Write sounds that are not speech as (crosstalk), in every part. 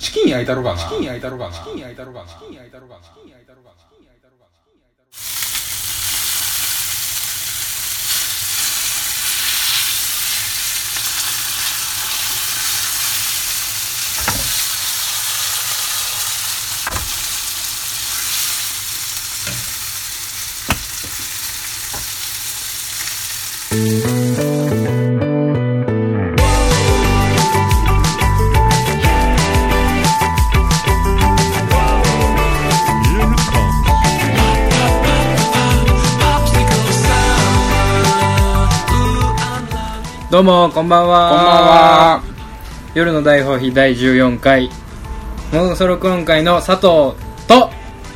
チキン焼いたろかなチキン焼いたろかなチキン焼いたろかなチキン焼いたろかなどうもこんばんはこんばんは夜の大放棄第14回モンソロクロン会の佐藤とよ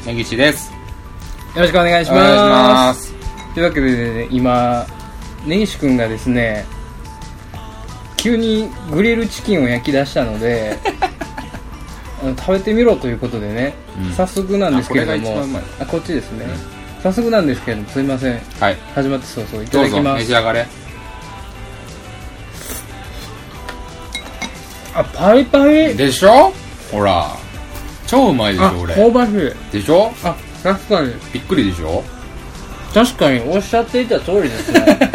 根岸ですろしくお願いしお願いしまますすというわけで、ね、今根岸君がですね急にグリルチキンを焼き出した (laughs) のであの食べてみろということでね、うん早速なんですけれあどもこれが一番うまいあこっちですね、早速なんですけれどもすいませんはい始まって早々いたどだうきぞま召すし上がれあパリパリでしょほら超うまいでしあょ香俺ばしいでしょあ確かにびっくりでしょ確かにおっしゃっていた通りですね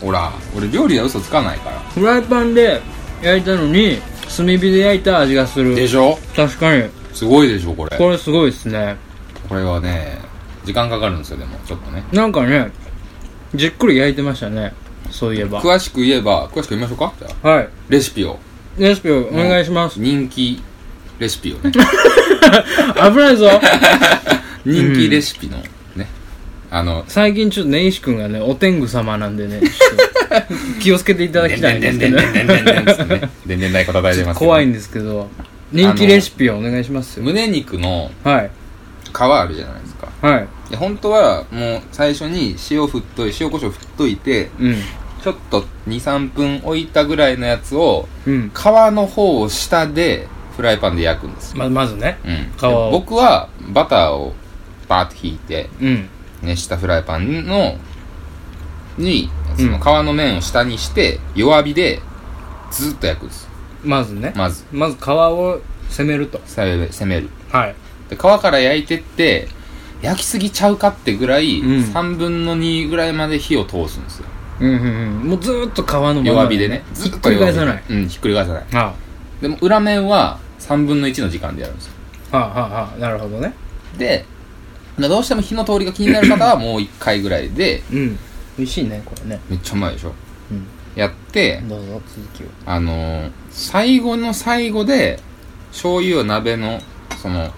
ほら俺料理は嘘つかないからフライパンで焼いたのに炭火で焼いた味がすでるしょ確かにすごいでしょこれこれすごいですねこれはね時間かかるんですよでもちょっとねなんかねじっくり焼いてましたねそういえば詳しく言えば詳しく言いましょうかじゃあはいレシピをレシピをお願いします人気レシピをね危ないぞ人気レシピのねあの最近ちょっと根岸君がねお天狗様なんでねちょっと気をつけていただきたいんですけどでんでんでんでんでんでんでんでんでんでん大い叩いてますけど怖いんですけど人気レシピをお願いしますよ胸肉のはい皮あるじゃないですかはいで本当はもう最初に塩振っとい塩コショウ振っといてうんちょっと23分置いたぐらいのやつをうん皮の方を下でフライパンで焼くんですよ、ままずねうん、皮を僕はバターをバーッと引いてうん熱したフライパンのにその皮の面を下にして弱火でずっと焼くんですまずねまずまず皮を攻めると攻めるはいで皮から焼いてって焼きすぎちゃうかってぐらい、うん3分の2ぐらいまで火を通すんですようんうんうんもうずーっと皮のまま弱火でねひずっっくとり弱返火でさないうんひっくり返さないあでも裏面は3分の1の時間でやるんですよあはあはあはあなるほどねでまあどうしても火の通りが気になる方はもう1回ぐらいでうん美味しいねこれねめっちゃうまいでしょうんやってどうぞ続きをあのー最後の最後で醤油を鍋のその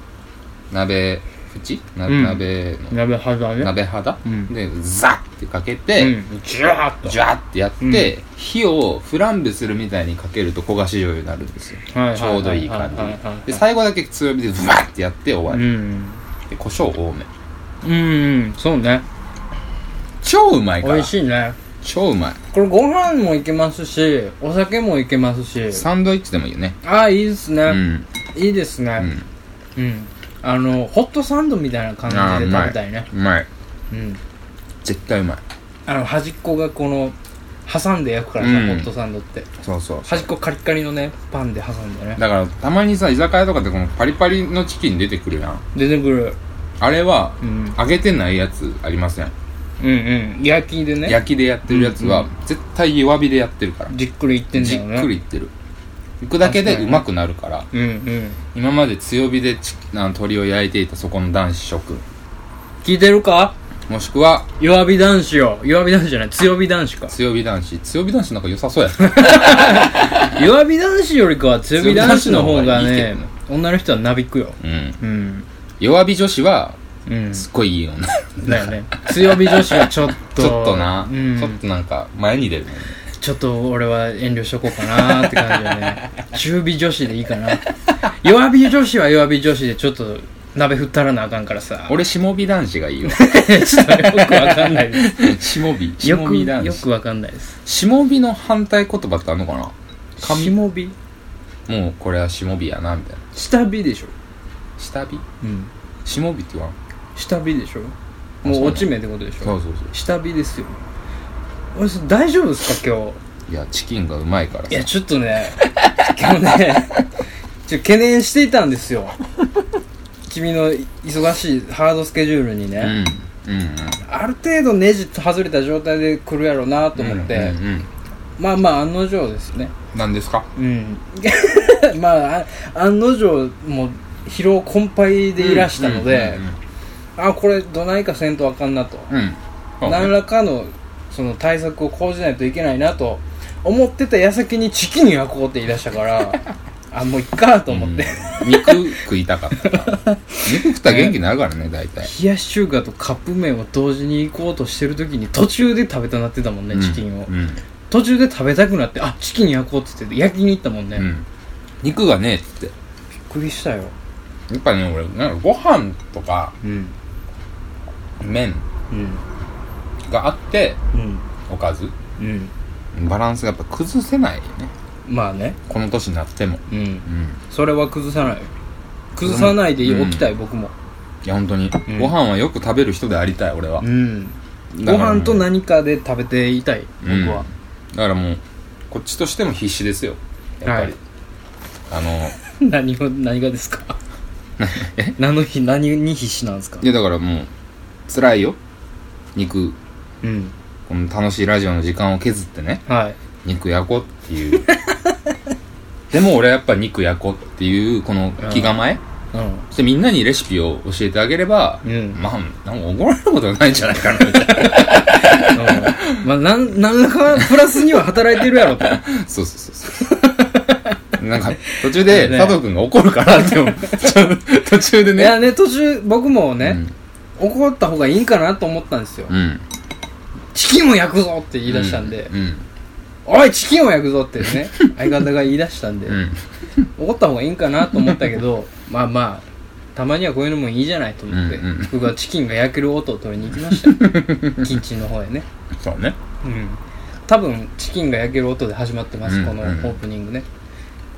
鍋縁なうん鍋の、鍋肌ね鍋肌、うんでザッてかけて、うんジュワーッとジュワッてやって、火をフランベするみたいにかけると焦がし醤油になるんですよ、はいはいはいちょうどいい感はいはいはいはいじで最後だけ強火でブワッてやって終わうり、んで胡椒多めうんうんそうね超うまいか美ら味しいね超うまいこれご飯もいけますしお酒もいけますしサンドイッチでもいいよねああいいですうねんいいですうねんうんあのホットサンドみたいな感あーじうでま食いべたいねうまいうん絶対うまいあの端っこがこの挟んで焼くからさ、うんホットサンドってそうそう端っこカリカリのねパンで挟んでねだからたまにさ居酒屋とかでこのパリパリのチキン出てくるやん出てくる、あれは、うん、揚げてないやつありませんうんうん焼きでね焼きでやってるやつは、う絶対弱火でやってるからじっくりいってんだじよねっくりいってるいくだけでうまくなるからうんうん今まで強火でチあの鶏を焼いていたそこの男子諸君聞いてるかもしくは弱火男子よ弱火男子じゃない強火男子 (laughs) か強火男子強火男子なんか良さそうや弱火男子よりかは強火男子の方強が火男子ねの方女の人はなびくよな、うん、うん弱火女子はうんすっごいいい (laughs) 女だよね強火女子はちょっ (laughs) とちょっとな、うんちょっとなんか前に出るねちょっと俺は遠慮しとこうかなって感じだね中火女子でいいか (laughs) な弱火女子は弱火女子でちょっと鍋振ったらなあかんから (laughs) さ俺下火男子がいいよちょっとよくわかんないです下 (laughs) 火よ下く火男よ子くわかんないです下火の反対言葉ってあるのかな下上火もうこれは下火やなみたいな下火でしょ下火うん下火って言わん下火でしょあそうもなうの落ち目ってことでしそょうそうそう下火ですよ俺それ大丈夫ですか今いやチキンがうまいから (laughs) 日いさやちょっとね今日ねちょ懸念していたん (laughs) ですよ君の忙しいハードスケジュールにうんね、うんある程度ネジ外れた状態で来るやろうなとうん思って、うんうんまあまあ案の定ですねうんなんですかうん (laughs) まああ案の定もう疲労困憊でいらしたので、あこれどないかせんとあかんなと、うんうんうんうんそうね何らかのその対策を講じないといけないなと思ってた矢先にチキン焼こうって言い出したから (laughs) あもういっかと思って、うん肉食いたかったから肉食ったら元気になるから (laughs) ね大体冷やし中華とカップ麺を同時に行こうとしてる時に途中で食べたなってたもんね、チキンを、うんうん途中で食べたくなってあチキン焼こうって言って焼きに行ったもんね、うびっん肉がねえっつってくりしたよやっぱね俺なんかご飯とかうん麺うんがあってうんおかずうんバランスがやっぱ崩せないよねまあねこの年になってもうんうんそれは崩さない崩さないでうん起きたい、僕もいや本当に、んご飯はよく食べる人でありたい俺は、うんだごから飯と何かで食べていたい僕うんは、だからもうこっちとしても必死ですよやっぱり、あの (laughs) 何を何がですか (laughs) 何の日何に必死なんですかいやだからもう辛いよ肉うんこの楽しいラジオの時間を削ってねはい肉焼こうっていう (laughs) でも俺はやっぱ肉焼こうっていうこの気構え、そしてみんなにレシピを教えてあげれば、うんうんまあなんか怒られることはないんじゃない (laughs) かなみたいなまあ、なん、なんらかプラスには働いてるやろ (laughs) と。そうそうそうそうなんか途中でね佐藤君が怒るからって思う (laughs) ちょっと途中でいねやね、途中、僕もね、怒った方がいいんかなと思ったんですよう。ん、チキンを焼くぞって言い出したんで、うんおい、チキンを焼くぞって (laughs) ね、相方が言い出したんで、うん、うん怒った方がいいんかなと思った (laughs) けど、まあまあ、たまにはこういうのもいいじゃないと思って、うんうん僕はチキンが焼ける音を取りに行き (laughs) ましたよ。キッチンの方へね。そうねうん、多分チキンが焼ける音で始まってます、うんこのオうんープニングね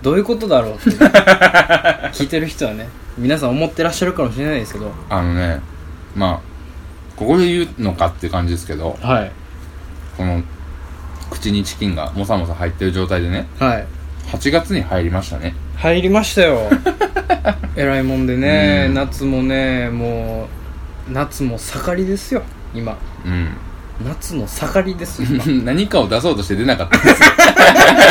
どういうことだろう (laughs) ってね聞いてる人はね皆さん思ってらっしゃるかもしれないですけどあのねまあここで言うのかって感じですけどはいこの口にチキンがもさもさ入ってる状態でねはい8月に入りましたね入りまし (laughs) たよえらいもんでね、うん夏もねもう夏も盛りですよ今うん夏の盛りで (laughs) す今何かを出そうとして出なかったんですよ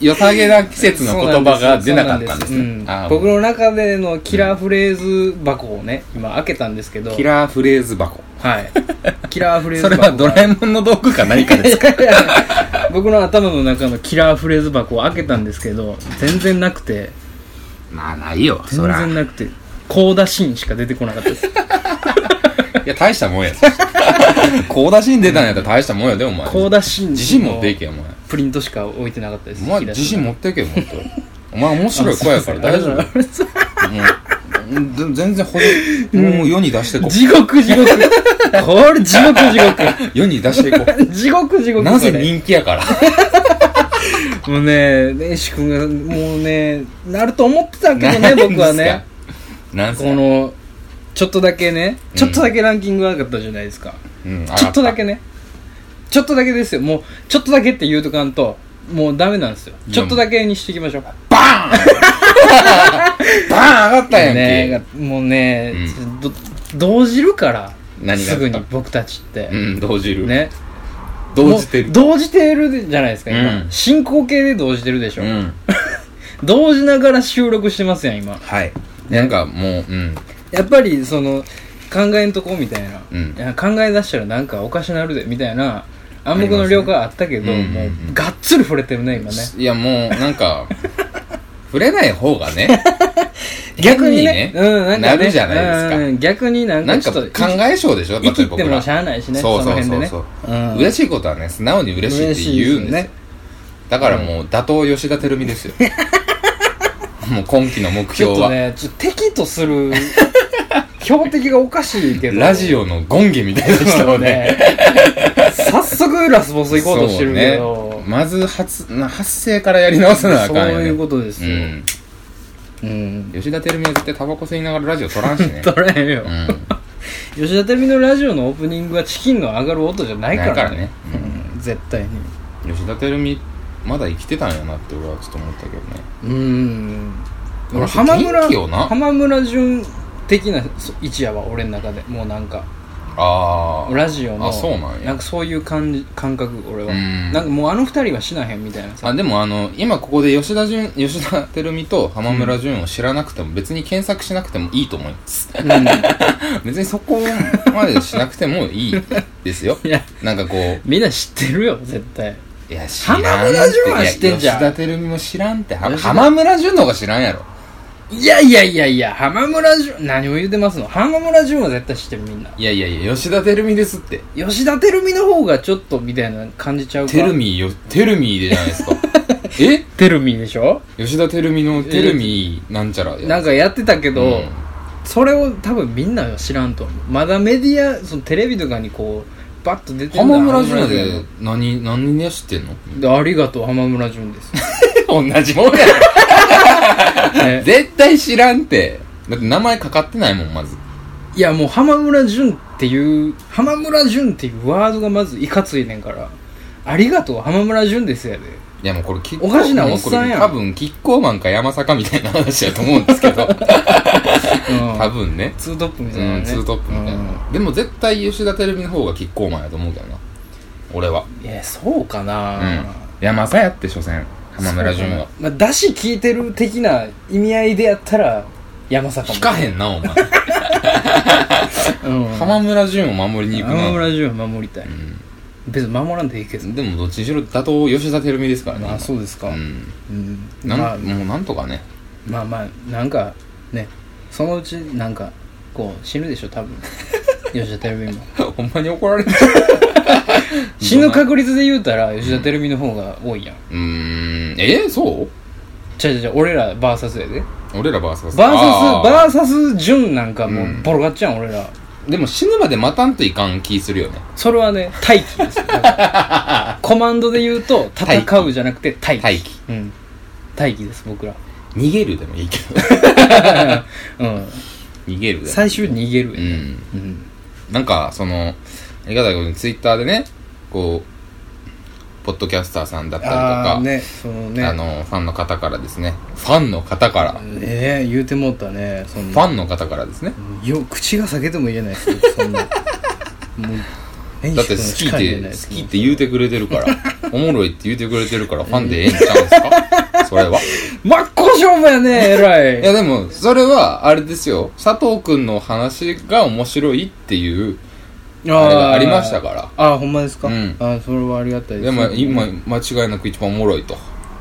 良さげな季節の言葉が出なかったんですそうなんねですあうんー僕の中でのキラーフレーズ箱をね今開けたんですけどキラーフレーズ箱 (laughs) はいキラーフレーズそ箱れはドラえもんの道具か何かですか (laughs) 僕の頭の中のキラーフレーズ箱を開けたんですけど全然なくてまあないよ全そら然なくて高田シーンしか出てこなかっ (laughs) たですいや大したもんや高田シーン出たんやったら大したもんやでお前高田シーンの自信持っていけよお前プリントしか置いてなかったですお前引き出自し信持ってけよ、もっと。お前面白い子やから大丈夫。あそうもう全然ほど、もう世に出してこ (laughs) 地獄地獄これ地獄地獄 (laughs) う。世に出してこ地獄地う。獄なぜこれ人気やから。もうねねし君がもうねなると思ってたけ (laughs) どね僕はねなんすか。なこんすかのちょっとだけねうんちょっとだけランキング上がったじゃないですか、うんちょっとだけ。ね。ちょっとだけですよ。もう、ちょっとだけって言うとかんと、もうダメなんですよ。いやちょっとだけにしていきましょう。バーン (laughs) バーン上がったやんけ。ねもうね、ど動じるから、何がすぐに僕たちって。うん、動じる。ね。動じてるもう。動じてるじゃないですか、今。うん進行形で動じてるでしうょ。ん。動じながら収録してますやん、今。はい。なんかもう、うん。やっぱり、その、考えんとこみたいな。うんいや考え出したらなんかおかしなるで、みたいな。暗黙の了解はあったけど、ありますねもうんうんうう、んがっつり触れてるね、今ね。いやもう、なん (laughs) か、触れない方がね、逆にね変にねうん、なんかねなるじゃないですかうん、逆になんなかんちょかっと考え性でしょ、生き僕てらもしゃあないしねそうそうのそう辺そう、でね、うん、嬉しいことはね素直に嬉しいって言うんですよ嬉しいですよねだからもう打倒吉田照美ですよ (laughs) もう今期の目ちょ標っとは、ねちょっと敵と (laughs) する標的がおかしいけどラジオのゴンゲみたいな人をね (laughs) 早速ラスボス行こうとしてるけどそうねまず発な発声からやり直さなあそかうんよ、ね、いうことですうよ、んうん吉田照美は絶対タバコ吸いながらラジオ取らんしね取れへんよ、うん吉田照美のラジオのオープニングはチキンの上がる音じゃないだからねからね、うん絶対にうん吉田照美まだ生きてたんやなって俺はちょっと思ったけどねうーんあの人俺浜村元気よな浜村淳的なそ位置やわ俺の中でもうなんかああラジオのあそうなんやかそういう感じ感覚俺はうんなんかもうあの二人は死なへんみたいなさあでもあの今ここで吉田純吉田照美と浜村淳を知らなくても別に検索しなくてもいいと思い (laughs) ます、うん別にそこまでしなくてもいいですよ (laughs) いやなんかこうみんな知ってるよ絶対いや知らんって浜村淳は知ってんじゃんいや吉田照美も知らんっては吉田浜村淳の方が知らんやろいやいやいやいや浜村淳何を言うてますの浜村淳は絶対知ってるみんないやいやいや吉田照美ですって吉田照美の方がちょっとみたいな感じちゃうかテルミーよ、テルミーでじゃない (laughs) ですか。えテルミでしょ吉田テルミのテルミーなんちゃらやなんかやってたけど、うんそれを多分みんなは知らんと思うまだメディアそのテレビとかにこうバッと出てる浜村淳浜で何、何で知ってんの淳でありがとう浜村淳です、同じもんや (laughs) ね (laughs) 絶対知らんって。だって名前かかってないもん、まず。いやもう浜村淳っていう浜村淳っていうワードがまずいかついねんからありがとう浜村淳ですやでいやもうこれキッおかしなおっさんやんもうこれ多分、キッコーマンか山坂みたいな話だと思うんですけ (laughs) ど。うん多分ね。ツートップみたいなうね、ん、ツートップみたいな。でも絶対吉田テルミの方がキッコーマンやと思うけどな。俺は。うんいやそうかうな、ん。山坂やって、所詮。浜村淳は。まあ、だし聞いてる的な意味合いでやったら山坂も聞かへんな、お前。うん、浜村淳を守りに行くな。浜村淳を守りたい、う別に守らんでいいけど、ん、でもどっちにしろ打倒吉田照美ですからねまあそうですか、うんうんなん、まあ、もうなんと (laughs) かねまあまあなんかねそのうちなんかこう死ぬでしょ (laughs) 多分吉田照美もほんまに怒られる (laughs) う死ぬ確率で言うたら吉田照美の方が多いやんーんえー、そうちゃうちゃうちゃう俺ら VS やで VS 俺らバーサスバーサス純なんかもうんうボロ勝っちゃうん俺らでも死ぬまで待たんといかん気するよねそれはね待機 (laughs) ですよコマンドで言うと戦うじゃなくて待機待機うん待機です僕ら逃げるでもいいけ (laughs) どうん逃げるでも最終逃げるうやんんうんなんかそのありがたいことにツイッターでねこうポッドキャスターさんだったりとあかあねそのねあのファンの方からですねファンの方から、ねえ言うてもったねそのファンの方からですねよ口が裂けても言えないですよそんなもう (laughs) だって好きっ練習の力入れてないです好きって言うてくれてるから (laughs) おもろいって言うてくれてるからファンでええんちゃうんす (laughs) かそれは真っ向勝負やねえ (laughs) らいいやでもそれはあれですよ佐藤くんの話が面白いっていうあれがありましたからああほんまですか、うんああそれはありがたいですでも今間違いなく一番おもろいと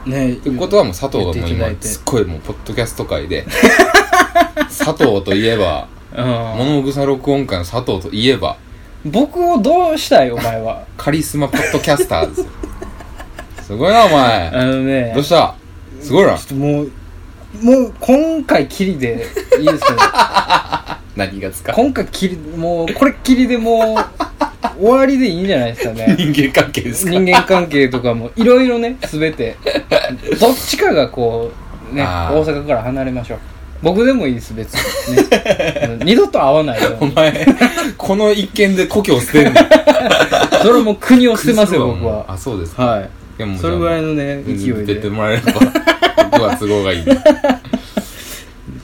ねえってことはもう佐藤がも言っうていただい今てすっごいもうポッドキャスト界で (laughs) 佐藤といえばうん物草録音会の佐藤といえば僕をどうしたいお (laughs) 前はカリスマポッドキャスターですよ (laughs) すごいなお前あのねどうしたすごいなちょっともうもう今回きりでいいですけど (laughs) 何がですか今回きりもうこれっきりでもう終わりでいいんじゃないですかね人間関係ですか人間関係とかもいろいろね全てどっちかがこうねあー大阪から離れましょう僕でもいいです別に、ね、うん二度と会わないようおに前、この一件で故郷捨 (laughs) てんのそれも国を捨てますよ僕はあ、そうですか。はいでもそれぐらいのね勢じゃあい出てでもらえれば、僕は都合がい (laughs) いね。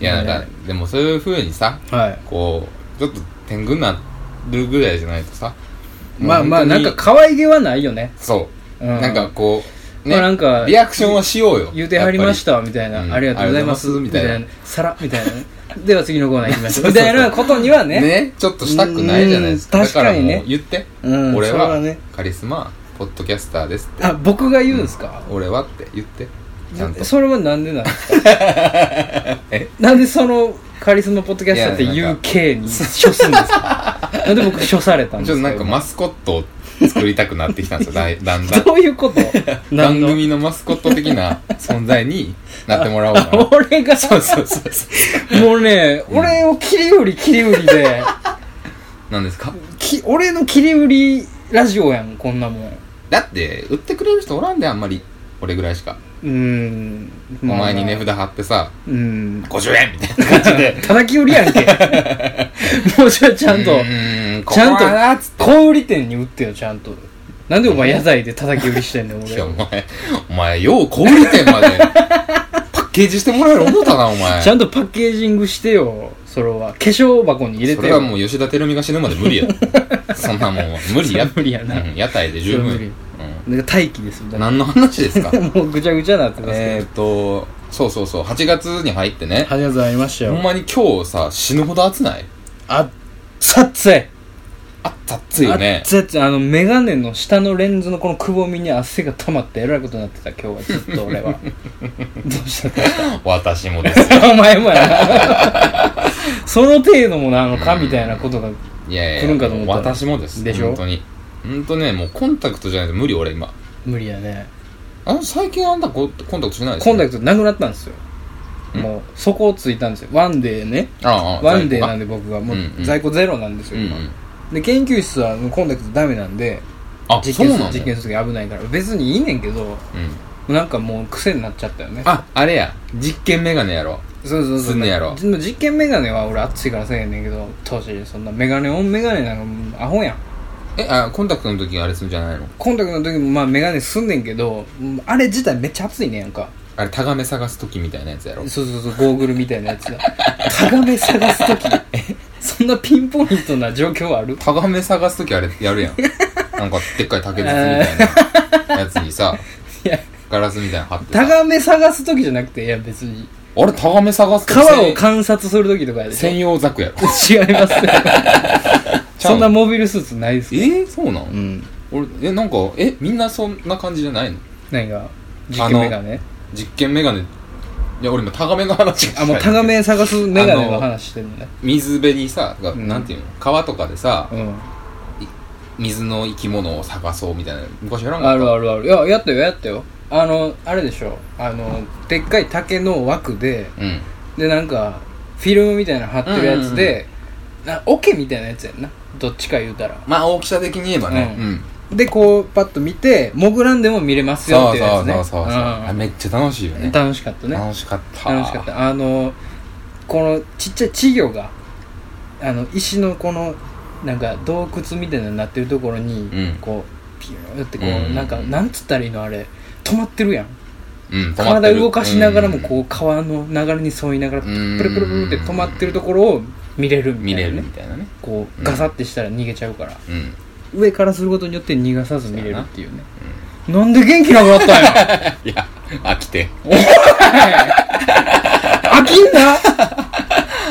いや、なんか、でもそういう風にさ、はいこう、ちょっと天狗になるぐらいじゃないとさ。まあまあもうな本ん当にか、可愛げはないよねそう。うんなんかこう、ね、まあなんかリアクションはしようよ。言うてはりましたみたいな、うんありがとうございますありみがとたうございいなまさらみたい (laughs) なねでは次のコーナー行きましょうそうそうそうみたいなことにはやっぱり。ねね、ちょっとしたくないじゃないですか。うんだからも確かにねう言って。うん俺それははねカリスマ、ポッドキャスターですって。あ僕が言うんですか、俺はって言って。ちゃんと。それはなんでなんです (laughs) かなんでそのカリスマポッドキャスターっていやなん UK に処すんです (laughs) かなんで僕処されたんでちょっとすかなんかマスコットを作りたくなってきたんですよ、だいだん (laughs) だん。どういうこと番何の組のマスコット的な存在になってもらおうかな。 (laughs) 俺がそうそうそうそもうね、俺を切り売り切り売り (laughs) でう。なんですかき俺の切り売りラジオやんこんなもんだって、売ってくれる人おらんで、あんまり。俺ぐらいしか。うーんお前に値札貼ってさ、うん50円みたいな感じ (laughs) で。叩き売りやんけ (laughs) もうちょいちゃんとうーん、こちこゃんはな、つっと小売店に売ってよちゃんとなんでお前屋台で叩き売りしてんねん俺いやお前お前よう小売店ま (laughs) でパッケージしてもらえる思ったなお前ちゃんとパッケージングしてよそれは化粧箱に入れそてれよはもう吉田照美が死ぬまで無 (laughs) 理やそんなもんは無理やそれは無理やなうん屋台で十分、それは無理なんか待機ですみうたんいな何の話です (laughs) かもうぐちゃぐちゃになってますけえーっとそうそうそう8月に入ってねど8月ありましたほんまに今日さ死ぬほど暑ないあっさっついあった暑いよねあっついついあの眼鏡の下のレンズのこのくぼみに汗が溜まってえらいことになってた今日はずっと (laughs) 俺はどうしたの私もですよお前もやな (laughs) その程度もなのかみたいなことがいやいや来るんかと思ったもう私もですでしょ本当に本当ねもうコンタクトじゃないと無理俺今無理やねあの最近あんたココンタクトしないですコンタククトなくなったんですよんもうそこをついたんですよワンデーねトああワンデーなんでで僕はもううんうん在庫ゼロなんですうよんう今んで研究室はコンタクトダメなんであそ実う験すなんだ実験する時危ないから別にいいねんけどうんなんかもう癖になっちゃったよねああれや実験メガネやろそうそうそすうんねやろでも実験メガネは俺熱いからせえへんねんけど当時そんなメガネオンメガネなんかもうアホやんえあコンタクトの時あれするんじゃないのコンタクトの時もまあメガネすんねんけどうんあれ自体めっちゃ熱いねんやんかあれタガメ探す時みたいなやつやろそうそうそうゴーグルみたいなやつ (laughs) だタガメ探す時 (laughs) えそんなピンポイントな状況あるタガメ探す時あれや (laughs) るやんなんかでっかい竹筒みたいなやつにさいやガラスみたいなの貼ってタさガメ探す時じゃなくていや別にあれタガメ探す時川を観察する時とかやでしょ専用ザクやろ違います (laughs) よそんなモビルスーツないですえかー、そうなの、ん俺えなんかえみんなそんな感じじゃないの何が実験メガネ実験メガネいや俺今タガメの話がしたあいもうタガメ探すメガネあのの話してるのね水辺にさ、がうんなんていうの川とかでさうん水の生き物を探そうみたいな昔やらんかあったるあるあるいややったよやったよあのあれでしょあのでっかい竹の枠でうんでなんかフィルムみたいなの貼ってるやつで、な桶みたいなやつやんなどっちか言うたらまあ大きさ的に言えばね、ううんんでこうパッと見て潜らんでも見れますよっそうていうそやうつねそうそうそう、あんめっちゃ楽しいよね楽しかったね楽しかった楽しかったあのこのちっちゃい稚魚があの石のこのなんか洞窟みたいなのになってるところに、んこうピューってこう、うんなんかなんつったらいいのあれ止まってるやんうん止まって体る動かしながらもうんこう川の流れに沿いながらプんルプルプルって止まってるところを見れる見みたいれな、ね、るみたいなねこううんガサってしたら逃げちゃうから、うん、うん、上からすることによって逃がさず見れるっていうねなんで元気なくなったん (laughs) やいや飽きて飽きんな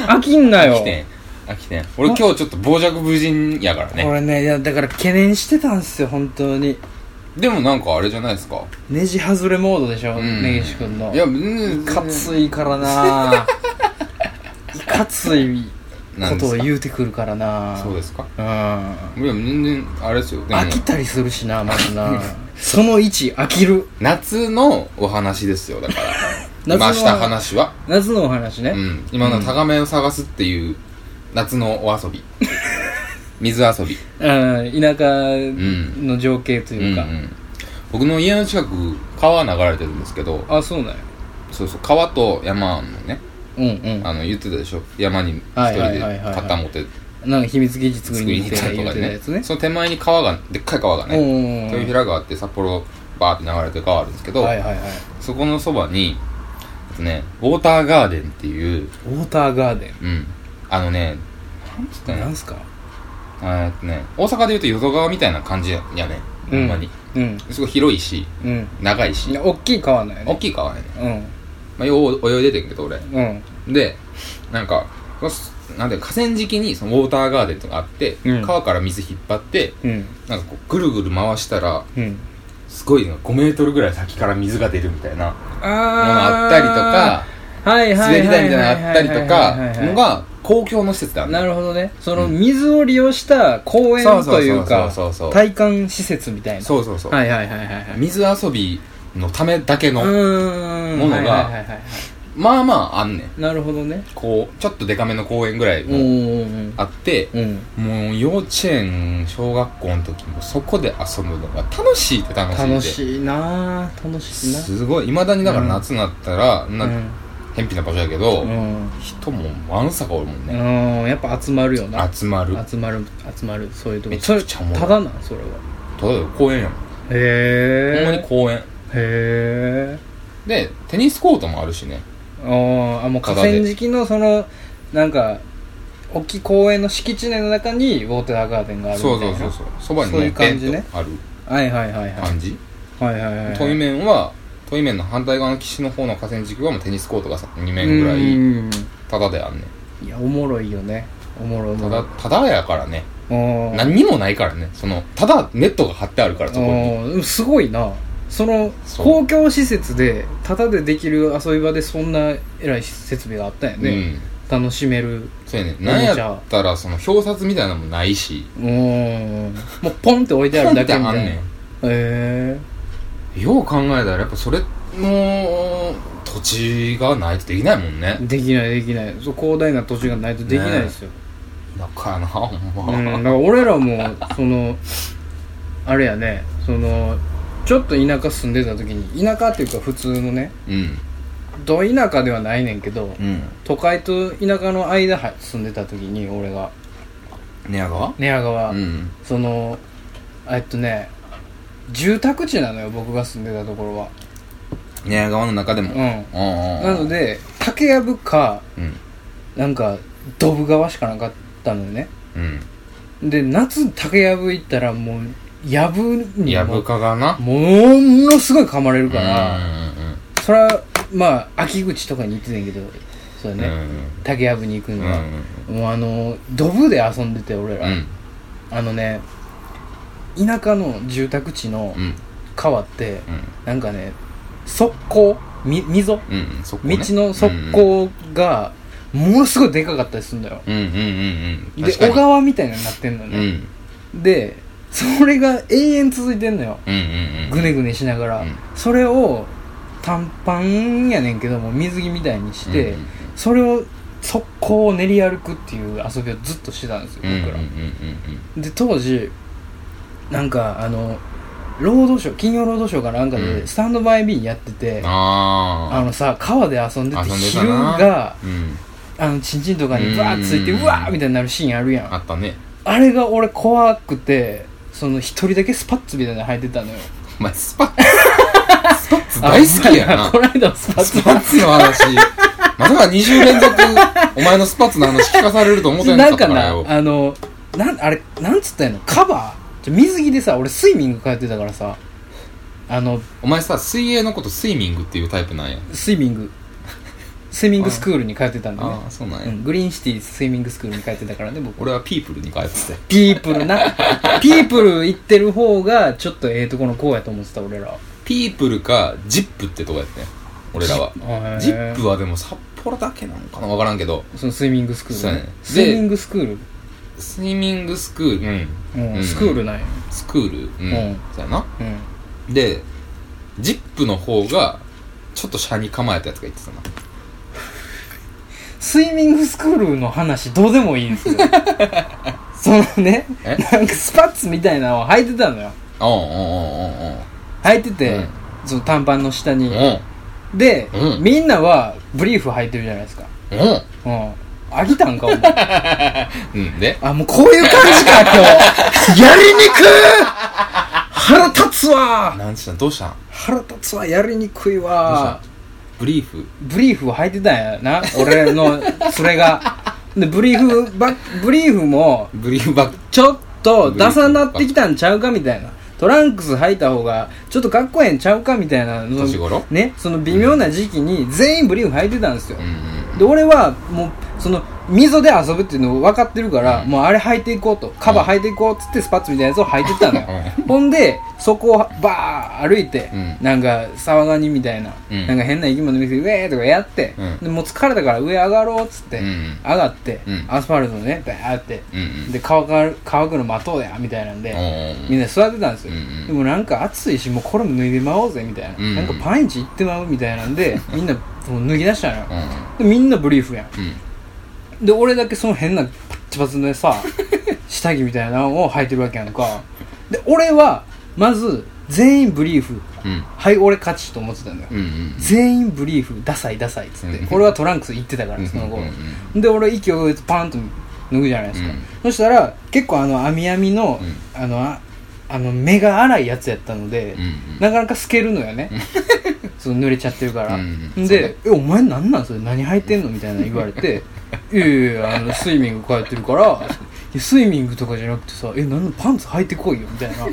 飽きんな飽よきてん飽きてん俺今日ちょっと傍若無人やからね俺ねいやだから懸念してたんすよ本当にでもなんかあれじゃないですかネジ外れモードでしょうん根岸君のいやうんいかついから (laughs) ないかついことを言うてくるからなそうですかうんいや全然あれですよでも飽きたりするしなまずな (laughs) その1飽きる夏のお話ですよだから (laughs) 夏の今した話は、夏のお話ね、うん、今のタガメを探すっていう夏のお (laughs) 遊び水遊びうん、田う舎んの情景というか、うんうん僕の家の近く川流れてるんですけどあそうなんやそうそう川と山のねうんうんあの言ってたでしょ山に一人で肩持ってなんか秘密技術作作りりにに行行ったりって言とっかてでたねやつねその手前に川がでっかい川がうんねうんうん豊平川って札幌バーって流れてる川あるんですけど、はいはいはいそこのそばにえっとねウォーターガーデンっていうウォーターガーデンうんあのねなんつったんやなんすかえーっとね大阪でいうと淀川みたいな感じやねほんまに、うんすごい広いしうん長いし大きい川なんや大ねきい川やね、うまあ、よう泳いでてんけど俺んうんでなんかこすなんていうか河川敷にそのウォーターガーデンとかあって、うん川から水引っ張ってうんなんかこうぐるぐる回したらうんすごいなんか5メートルぐらい先から水が出るみたいなあものあったりとかとかはいはい滑り台みたいなのあったりとかはいはいはいはいのが公共の施設だなるるほどねその水を利用した公園そうそとういそううそうかそうそう体感施設みたいなそうそうそう、はいはいはいはいはい水遊びのためだけうの、ーんものがはいはいはいはまあまああんねんいなるほどねこうちょっとデカめの公園ぐらいうんうのんあって、うんうんもう幼稚園小学校の時もそこで遊ぶのが楽しいって楽しいって楽しいなあ楽しいなすごいいまだにだから夏になったら、ん、なうん偏僻な場所やけど、うん人もわんさかおるもんね、うんやっぱ集まるよな集まる集まる集まるそういうとこめちゃくちゃおもろいそれただなんそれはただよ公園やもん、へえほんまに公園へえでテニスコートもあるしねああもう河ただ川で敷のそのなんか大きい公園の敷地内の中にウォーターガーデンがあるみたそいうなそうそうそうそばにそういねうペ感ンじねとあるはいはいはいはい感じはいはいはい遠い面は遠い面の反対側の岸の方の河川敷はもうテニスコートがさ2面ぐらういんただであんねんいやおもろいよねおもろいおたもろだいただやからねおー何にもないからねそのただネットが張ってあるからそこにおーすごいなそのそう公共施設でタダでできる遊び場でそんな偉い設備があったんやうね、ん楽しめるそうやねおもちゃなんやったらその表札みたいなのもないしうーんもうポンって置いてあるだけみポンったてあいんなねへえんよう考えたらやっぱそれも土地がないとできないもんねできないできないそう広大な土地がないとできないですよ、だからなほうんん、だまから俺らもそのあれやねそのちょっと田舎住んでた時に田舎っていうか普通のねうんど田舎ではないねんけどうん都会と田舎の間は住んでた時に俺が寝屋川寝屋川、うんそのえっとね住宅地なのよ僕が住んでたところは寝屋川の中でもうんななので竹やぶかうんなんかドブ川しかなかったのよねうんで夏竹やぶ行ったらもうやぶにやぶかがなものすごい噛まれるかうら、んそれはまあ秋口とかに行ってたんやけどそううんだね、竹やぶに行くうんのうんは、もうあのドブで遊んでて俺うら、んあのね田舎の住宅地のうん川ってうんなんかね側溝み溝道うんそこねの側溝がものすごいでかかったりするんだようんうんうんうんうんで確かに小川みたいなのになってんのうんうね、んでそれが永遠続いてんのようんうんぐねぐねしながら、うんそれを短パンやねんけども水着みたいにして、うんそれを速攻を練り歩くっていう遊びをずっとしてたんですようんうん僕ら、うんで当時なんかあの労働省金曜労働省かなんかうでんスタンドバイビーやってて、うんああのさ川で遊んであて遊んでた昼ながうんあのチンチンとかにバーッついてうんうわーみたいになるシーンあるやんあったねあれが俺怖くてその一人だけスパッツみたいなの履いてたのよお前スパ (laughs) ッツスパッツ大好きやあな (laughs) この間もスパッツスパッツの話まさか20連続お前のスパッツの話聞かされると思ってななかんったかからなよあのなんあれなんつったんやのカバーじゃ水着でさ俺スイミング通ってたからさあのお前さ水泳のことスイミングっていうタイプなんやスイミング (laughs) スイミングスクールに通ってたんだねああそうなんうやん、グリーンシティスイミングスクールに通ってたからね僕俺はピープルに変えてたよピープルな (laughs) ピープル行ってる方がちょっとええとこのこうやと思ってた俺らピープルかジップってとこやったよ俺らはジップははでも札幌だけなのかな分からんけどそのスイミングスクール、そうやねスイミングスクール、スイミングスクールうんうんスクールなんやスクールうん、うんそうやなうんでジップの方がちょっと車に構えたやつが言ってたなスイミングスクールの話どうでもいいんですよ (laughs) そのねえなんかスパッツみたいなのを履いてたのよう履いてて、うんその短パンの下にんうんうんうんで、うんみんなはブリーフ履いてるじゃないですかうんうんうん飽きたんかお (laughs) 前うんであもうこういう感じか今日やりにくい腹立つわなんしたんどうしたん腹立つわやりにくいどうしたわんブリーフブリーフを履いてたんやな俺のそれがでブリーフばブリーフもブリーフバッグちょっとダサなってきたんちゃうかみたいなトランクス履いた方がちょっとかっこええんちゃうかみたいなの年頃ねその微妙な時期に全員ブリーフ履いてたんですようんうんで俺はもうその溝で遊ぶっていうのを分かってるから、もうあれ履いていこうとカバー履いていこうっつってスパッツみたいなやつを履いてったのよ、ほんでそこをバー歩いて、うんなんか騒がにみたいな、うんなんか変な生き物見せてウェーとかやって、うんでもう疲れたから上上がろうっつって、うん上がって、うんアスファルトねバーって、うんうんで乾か乾くの待とうやみたいなんで、みんな座ってたんですよ、うんうんでもなんか暑いしもうこれも脱いでまおうぜみたいな、うんうんなんかパンイチ行ってまうみたいなんでみんなもう脱ぎ出したのよ、でみんなブリーフやんで俺だけその変なパッチパツでさ (laughs) 下着みたいなのを履いてるわけやんかで俺はまず全員ブリーフはい俺勝ちと思ってたんだよ、全員ブリーフダサいダサいっつって、うん俺はトランクス行ってたからその後、で俺息をつパンと脱ぐじゃないですか、うんそしたら結構あの網網の,、うんあのああの目が荒いやつやったので、うんうんなかなか透けるのよね (laughs) その濡れちゃってるから、うんうんで「えお前何なんそれ何履いてんの?」みたいな言わ (laughs) れて「いやいやいやあのスイミング通ってるからいやスイミングとかじゃなくてさえなんのパンツ履いてこいよ」みたいな「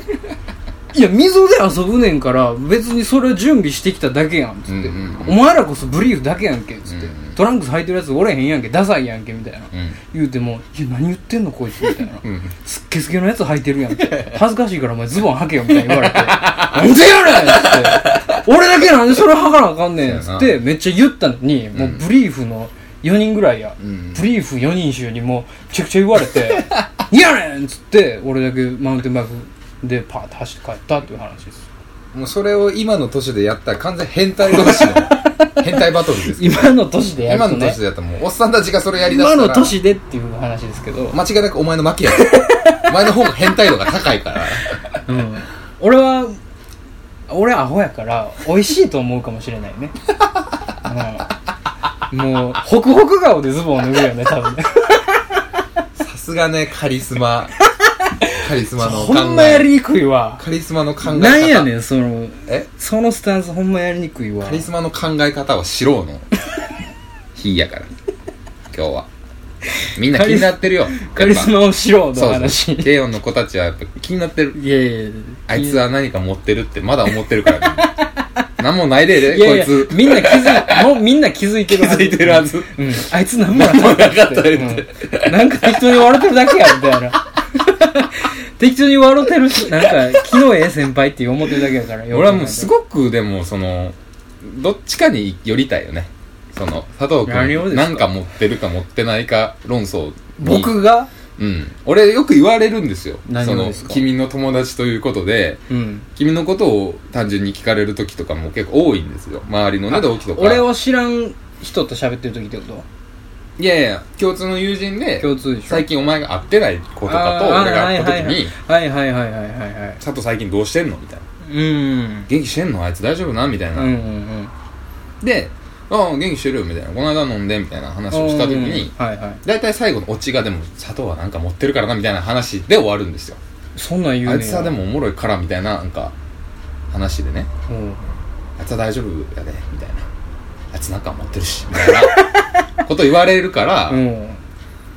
いや溝で遊ぶねんから別にそれを準備してきただけやん」っつって、うんうんうんお前らこそブリーフだけやんけ」っつって、うんうんトランクス履いてるやつおれへんやんけダサいやんけ」みたいな、うん言うても「いや何言ってんのこいつ」みたいな。うんすっけすけのやつ履いてるやん (laughs) 恥ずかしいからお前ズボン履けよみたいに言われて「なんでやねん!」っつって「俺だけなんでそれ履かなあかんねん」っつっそうてめっちゃ言ったのにもうブリーフの4人ぐらいや、うんブリーフ4人衆にもうめちゃくちゃ言われ (laughs) て「いやねん!」っつって俺だけマウンテンバイクでパーッて走って帰ったっていう話ですもうそれを今の年でやったら完全変態同士 (laughs) の変態バトルですよ今の年でやる今と、のね、年でやったらもうおっさんたちがそれやりだし今たらの年でっていう話ですけど、間違いなくお前の負け (laughs) やお前の方が変態度が高いからうん、俺は俺アホやから美味しいと思うかもしれないね、うん、もうホクホク顔でズボンを脱ぐよね多分ねさすがねカリス (laughs) マカリスマの考えほんまやりにくいわカリスマの考え方なんやねんそのえそのスタンスほんまやりにくいわカリスマの考え方は知ろうの日やから今日はみんな気になってるよカリスやっマをしろぱのそう話そうケイオンの子たちはやっぱ気になってるいやいやあいつは何か持ってるってまだ思ってる (laughs) から、ね、何もないででいやいやこいつみんな気づいもうみんな気づい (laughs) て気るはずづいてるはずうん、あいつ何もなかった何もなかったって言ってうんなんか適当に笑ってるだけやみたいな (laughs) 適当に笑ってるしなんか気のええ先輩って思ってるだけやから俺はもうすいごくでもそのどっちかに寄りたいよねその佐藤何を君ですか何か持ってるか持ってないか論争に僕がうん俺よく言われるんですよ何そをのですか君の友達ということでうん君のことを単純に聞かれる時とかも結構多いんですよ周りのね同期とか俺を知らん人と喋ってる時ってこいやいや共通の友人とで共通でしょ最近お前が会ってない子とかとあー俺が会った時にはいはいはいはいはいはいはいはい「佐藤最近どうしてんの?」みたいなうん「元気してんのあいつ大丈夫な?」みたいうんうなんうんで「ああ元気してるよ」みたいな「この間飲んで」みたいな話をした時にうんはいはい大体最後のオチがでも「佐藤はなんか持ってるからな」みたいな話で終わるんですよそんなん言うねあんいつはでもおもろいからみたいななんか話でねうんあいつは大丈夫やでみたいなあいつなんか持ってるしみたい (laughs) なこと言われるから、うん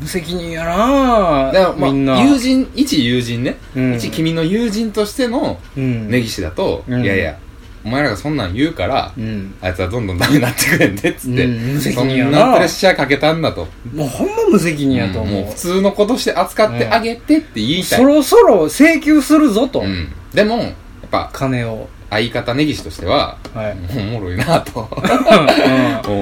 無責任やなだからぁまあみんな友人一友人ね、うん一君の友人としてのうん根岸だと、うんいやいやお前らがそんなん言うから、うんあいつはどんどんダメになってくれんでっつって、うん無責そ任やんななプレッシャーかけたんだともうほんま無責任やと思う,、もう普通の子として扱ってあげてって言いたい、そろそろ請求するぞと、うんでもやっぱ金を相方根岸としては、はいもうおもろいな (laughs) とうんもう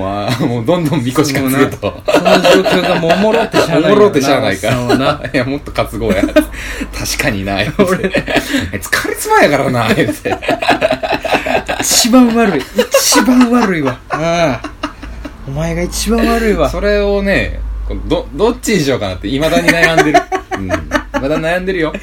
あーもうどんどんみこし担ぐとその状況がもうおもろってしゃあないおもろってしゃあないかおっさんはらな (laughs) いやもっと担 (laughs) ごうや確かにな俺疲れつまやからな言うて一番悪い一番悪いわうんお前が一番悪いわそれをねこうどどっちにしようかなっていまだに悩ん (laughs) でるうんまだ悩んでるよ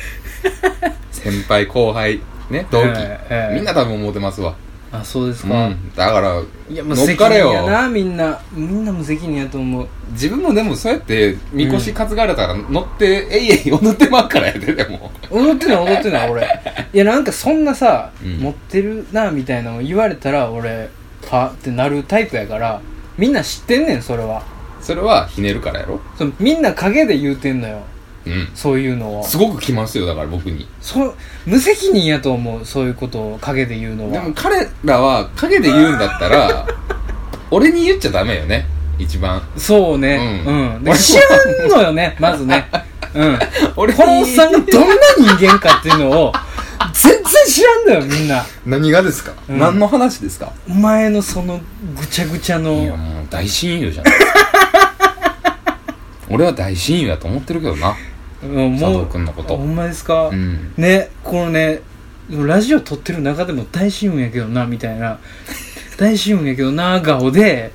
先輩後輩ね同期、ええええみんな多分思ってますわ、あそうですうか、ん、だからいや無乗っ責か任れよやなみんなみんな無責任やと思う自分もでもそうやってみこし担がれたら乗って、えいえい踊ってまうからやででも踊ってない踊ってない俺いやなんかそんなさ、うん持ってるなみたいなの言われたら俺パってなるタイプやからみんな知ってんねんそれはそれはひねるからやろそのみんな陰で言うてんのようんそういうのをすごく来ますよだから僕にそ無責任やと思うそういうことを陰で言うのではも彼らは陰で言うんだった (laughs) ら俺に言っちゃダメよね一番そうねううん (laughs) ん、で知らんのよねまずねうん俺にこのおっさんがどんな人間かっていうのを全然知らんのよみんな何がですか、うん何の話ですかお前のそのぐちゃぐちゃいやのもう大親友じゃ (laughs) ないですか俺は大親友やと思ってるけどなうん佐も藤う君のこほとんまですか、うんねこのねラジオ撮ってる中でも大親友やけどなみた (laughs) いな大親友やけどな顔で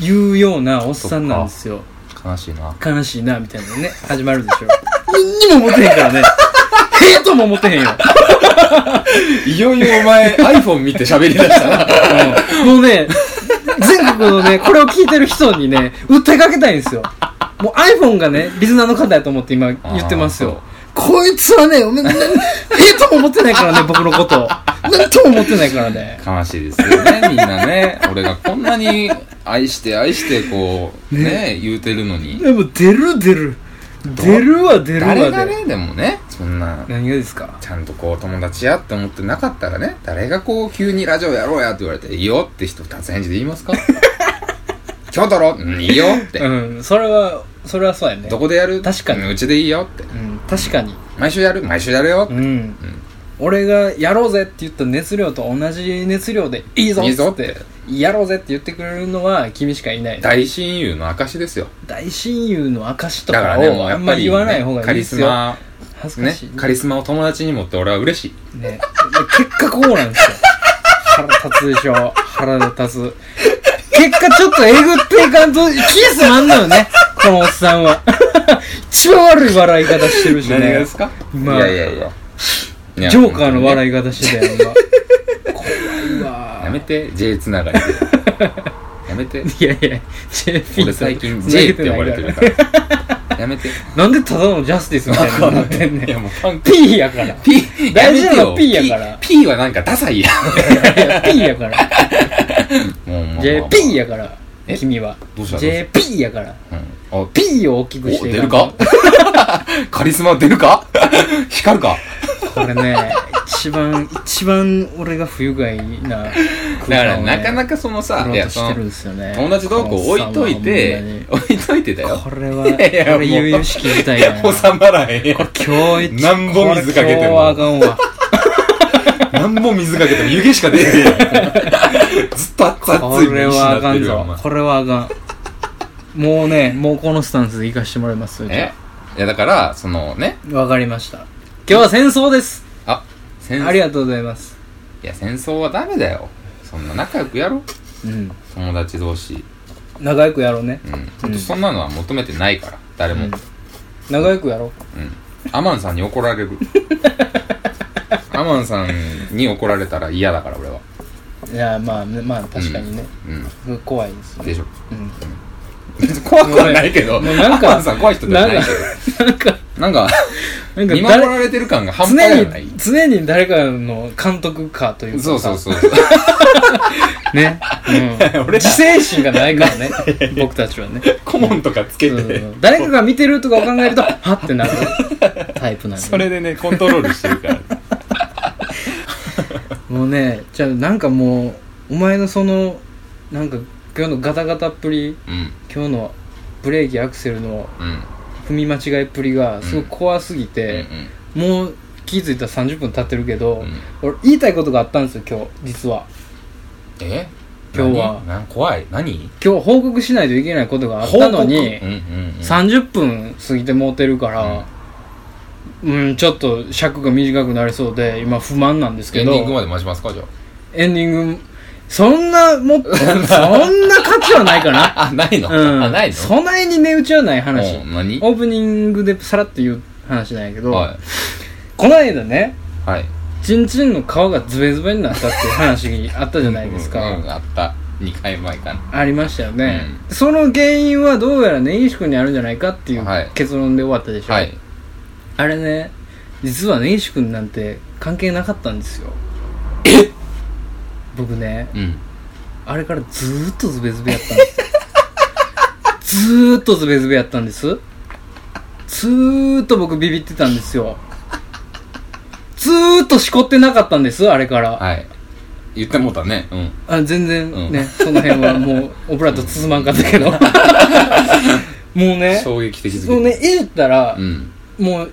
言うようなおっさんなんですよ悲しいな悲しいなみたいなのね始まるでしょ何にも思ってへんか (laughs) らねへえとも思ってへんよ、いよいよお前 iPhone 見て喋りだしたなうんもうね全国のねこれを聞いてる人にね訴えかけたいんですよもう iPhone がねリズナーの方やと思って今言ってますよこいつはね、ななええとも思ってないからね、僕のこと。なんとも思ってないからね。 (laughs) 悲しいですよね、みんなね。俺がこんなに愛して愛してこう、ね、言うてるのに。でも出る出る。出るわ出るわ誰がで。ね、でもね、そんな、何がですかちゃんとこう友達やって思ってなかったらね、誰がこう急にラジオやろうやって言われて、いいよって人二つ返事で言います (laughs) か今日だろうんいいよって。うん、それは、それはそうやね。どこでやる確かにうんうちでいいよって。うん、確かに。毎週やる毎週やるよう。ん。俺がやろうぜって言った熱量と同じ熱量でいいぞいいぞっってってやろうぜって言ってくれるのは君しかいない大親友の証ですよ。大親友の証とだからかね、をもうあやっんぱまりね、り言わない方がいカいでリすスよマ、恥ずかねしい、カリスマを友達に持って俺は嬉しい。ねで結果こうなんですよ腹立つでしょ腹が立つ結果ちょっとえぐっていかんとキースもあんのよねこのおっさんは一番悪い笑い方してるしねかまあいやいやいや。いやジョーカーの笑い方してたよ、今怖いわやめて、J つながり (laughs) で。やめて。いやいや JP 俺最近 J って呼ばれてるから。やめて。なんでただのジャスティスみたいになってんねんいやもう関係 P やから P、大事なやのはめてよ P やから P P はなんかダサいやん。 P やからもうもうもう JP やからえ君はどうした JP やからうんあ、 P を大きおくしてい出んるとか (laughs) カリスマ出るか (laughs) 光るかこれね一番一番俺が不愉快なだからなかなかかそのさ、いやそしてるんのですよね友達同行置いといて、置いといてだよ。これはや (laughs) いやこれもう悠々しきみたいな収まらへんやん。今日一何本水かけてもこれ今日はあかんわ何本水かけても湯気しか出えへ (laughs) ん。ずっと熱々こいれはあかん飯になってるよおぞ前これはあかんもうねもうこのスタンスで行かしてもらいますえいやだから、そのね、わかりました今日は戦争ですあ、戦ありがとうございますいや、戦争はダメだよ。そんな仲良くやろう。うん友達同士。仲良くやろうねうん。ほんとそんなのは求めてないから、誰も。ううんん。仲良くやろうアマンさんに怒ら (laughs) れる。アマンさんに怒られたら嫌だから、俺は。いやまあねまあ確かにね、う怖いですん。でねしょ。うん別に怖くは (laughs) ないけど、アもうなんかマンさん怖い人ではないけなんかど。なんか、なんか見守誰られてる感が半端じゃな常いに。常に誰かの監督かというかそうそううそう。ね、う (laughs) ん、俺ら自制心がないからね僕たちはね顧問とかつけうんうて、ん誰かが見てるとかを考えるとハッてなるタイプなんでそれでね、コントロールしてるから。もうねじゃあなんかもうお前のそのなんか今日のガタガタっぷりうん。今日のブレーキアクセルのうん。踏み間違いっぷりがすごい怖すぎうんうて、ん。もう気づいたら30分経ってるけど、うん俺言いたいことがあったんですよ今日実はえ今日は何なん怖い何今日報告しないといけないことがあったのにうんうんうん、 30分過ぎてもうてるから、うんちょっと尺が短くなりそうで今不満なんですエけンどディングまで待ちますかじゃエンディングそんなもっ (laughs) とそんな価値はないかなああないの、う (laughs) んあないのそないに値打ちはない話、うん何オープニングでさらっと言う話なんやけど、はこの間ねいはいチンチンの皮がズベズベになったっていう話あったじゃないですか、うんうんあった2回前かなありましたよね、その原因はどうやら根岸君にあるんじゃないかっていうはい結論で終わったでしょ、はいあれね実は根岸君なんて関係なかったんですよえ僕ねうんあれからずーっとズベズベやった (laughs) んですよずーっとズベズベやったんですずーっと僕ビビってたんですよずーっとしこってなかったんですあれから、はい言ってもうたねうんあ全然ね、うんその辺はもうオブラート包まんかった (laughs) けどもうね衝撃的すぎそうねいじったら、うんもう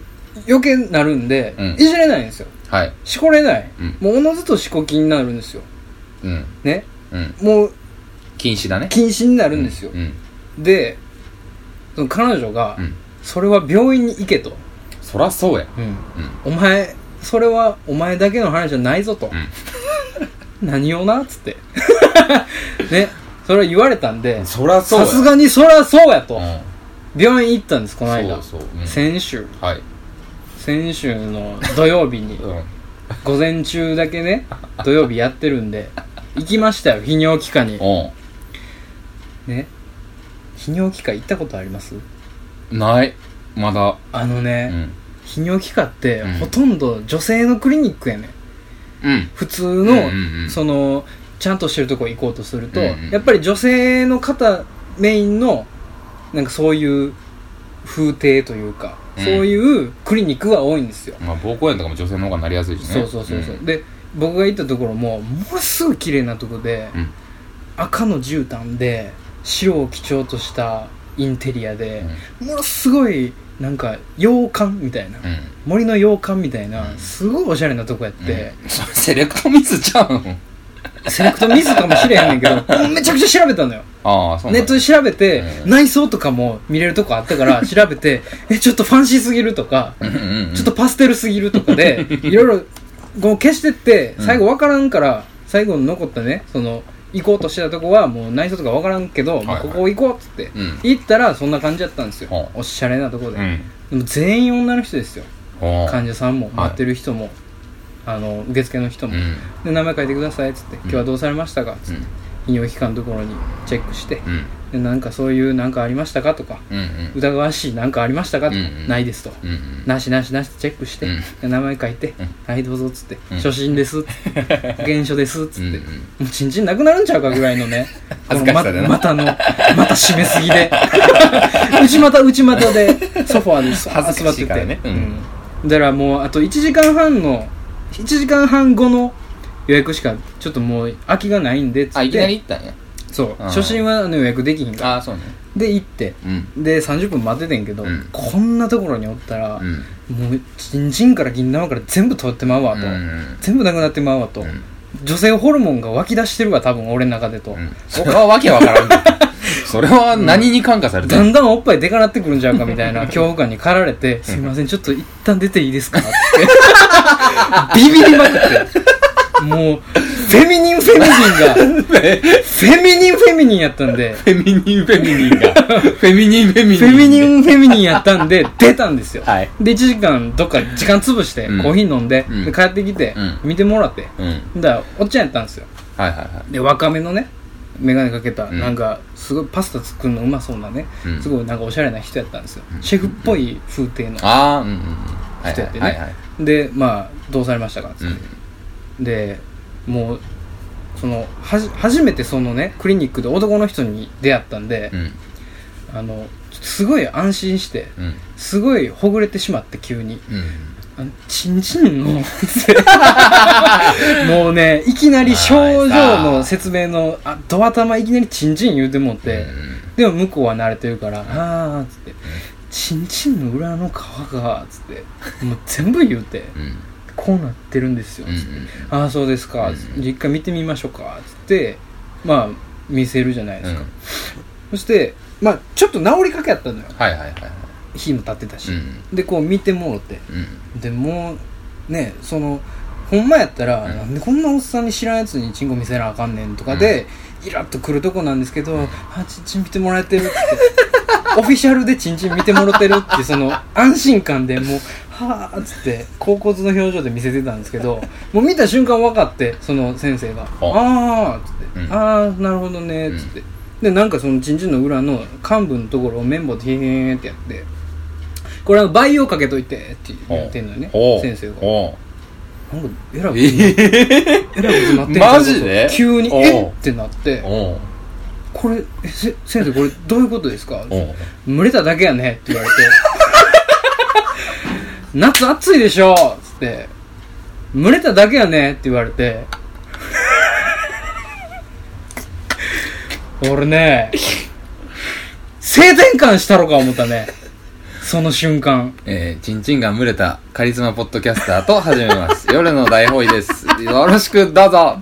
余計なるんで、うんいじれないんですよはいしこれない、うんもうおのずとしこきになるんですようんねうんもう禁止だね禁止になるん止ですよう、んでその彼女が、うんそれは病院に行けと、そらそうやお前それはお前だけの話じゃないぞと、 (laughs) 何をなっつってねそれは言われたんでうんそらそうさやすがにそりゃそうやと、うん病院行ったんですこの間そうそううん先週はい先週の土曜日 (laughs) にうん午前中だけね土曜日やってるんで行きましたよ泌尿器科にうね泌尿器科行ったことありますんないまだあのうね、ん泌尿器科って、うんほとんど女性のクリニックやねんうん普通の、うんうんうんそのちゃんとしてるとこ行こうとすると、うんうんやっぱり女性の方メインのなんかそういう風景というか、うんそういうクリニックが多いんですよ、まあ膀胱炎とかも女性の方がなりやすいしねそうそうそうそう、んで僕が行ったところもものすごい綺麗なとこで、うん赤の絨毯で白を基調としたインテリアでうん、ものすごいなんか洋館みたいな、うん森の洋館みたいな、うんすごいおしゃれなとこやっうんて、それセレクトミスちゃうんセレクトミスかもしれへんねん (laughs) けどもうめちゃくちゃ調べたのよああそうネなんッだトで調べて、うん内装とかも見れるとこあったから調べ (laughs) てえちょっとファンシーすぎるとか、うんうんうんちょっとパステルすぎるとかでいろいろこう消してってうん最後わからんから、最後に残ったねその行こうとしてたとこはもう内装とかわからんけど、まあはいはいここ行こうっつって、うん行ったらそんな感じだったんですよ、はあおしゃれなとこで、うんでも全員女の人ですよほう患者さんもい待ってる人も、あの受付の人も、うんで名前書いてくださいっつって「今日はどうされましたか?」っつうってん泌尿器科のところにチェックしてうんでなんかそういうなんかありましたかとかうんうん疑わしいなんかありましたかとかうんうんないですと。うんうんなしなしなしってチェックして、うんで名前書いて、うんはいどうぞっつって、うん初心ですっつ (laughs) って保険証ですっつって、うんうんもうちんちんなくなるんちゃうかぐらいのね (laughs) 恥ずかしさでなままたのまた締めすぎで (laughs) 内股内股でソファーでそ恥ずかしいからね座っててうんだからもうあと1時間半の1時間半後の予約しかちょっともう空きがないんでっつあっいきなてり行ったんやそうあー初心はあの予約できひんからああそうねで行ってうんで30分待っててんけど、うんこんなところにおったら、うんもうチンチンから銀玉から全部取ってまうわと、うん全部なくなってまうわと、うん女性ホルモンが湧き出してるわ多分俺の中でと、うんそこはわけわからんけどそれは何に感化されてだんんだんおっぱいでかなってくるんちゃうかみたい (laughs) な恐怖感に駆られて「すいませんちょっと一旦出ていいですか?」って (laughs) ビビりまくってもうフェミニンフェミニンがフェミニンフェミニンやったんでフェミニンフェミニンがフェミニンフェミニン (laughs) フェミニンフェミニンやったんで (laughs) 出たんですよ、はいで1時間どっか時間潰してうんコーヒー飲んで,、うんで帰ってきて、う見てもらってうんはいだからおっちゃんやったんですよはいはで若めのね眼鏡かけた、うんなんかすごいパスタ作るのうまそうなね、うんすごいなんかおしゃれな人やったんですよ、んシェフっぽい風景のいああうんうんうんはい人やってね、はいはいでまあどうされましたかっつうっんて、でもうそのはじ初めてそのねクリニックで男の人に出会ったんでう、んあのすごい安心してうんすごいほぐれてしまって急にうんあのチンチ (laughs) ンのもうねいきなり症状の説明のあド頭いきなりチンチン言うてもって、でも向こうは慣れてるから「ああ」っつって「チンチンの裏の皮が」っつってもう全部言うてうん「こうなってるんですよ」うつってん「ああそうですか」うんつってじゃあ一回見てみましょうか」つってまあ見せるじゃないでうすんか、そしてまあちょっと治りかけやったのよはいはいはいはい火も立ってたし、うんでこう見てもろてうんでもうねそのほんまやったら、うんなんでこんなおっさんに知らんやつにチンコ見せなあかんねんとかで、イラッとくるとこなんですけど「あチンチン見てもらえてる」ってオフィシャルでチンチン見てもらってるってその安心感でもう「はあ」っつって高骨の表情で見せてたんですけどもう見た瞬間分かってその先生が「ああ」っつって「うんああなるほどね」っつって、でなんかそのチンチンの裏の幹部のところを綿棒でヒーヒーってやって「これは培養かけといて」って言ってんのよねおう先生が。おうなんかえらいええらいことになってん (laughs) マジでちゃうかと急におうえっってなってえおうこれえせ先生これどういうことですかおう蒸れただけやねって言われ (laughs) て夏暑いでしょつって蒸れただけやねって言われて (laughs) 俺ね性転換したろか思ったねその瞬間えー、チンチンが群れたカリスマポッドキャスターと始めます。夜の大法医です。よろしくどうぞ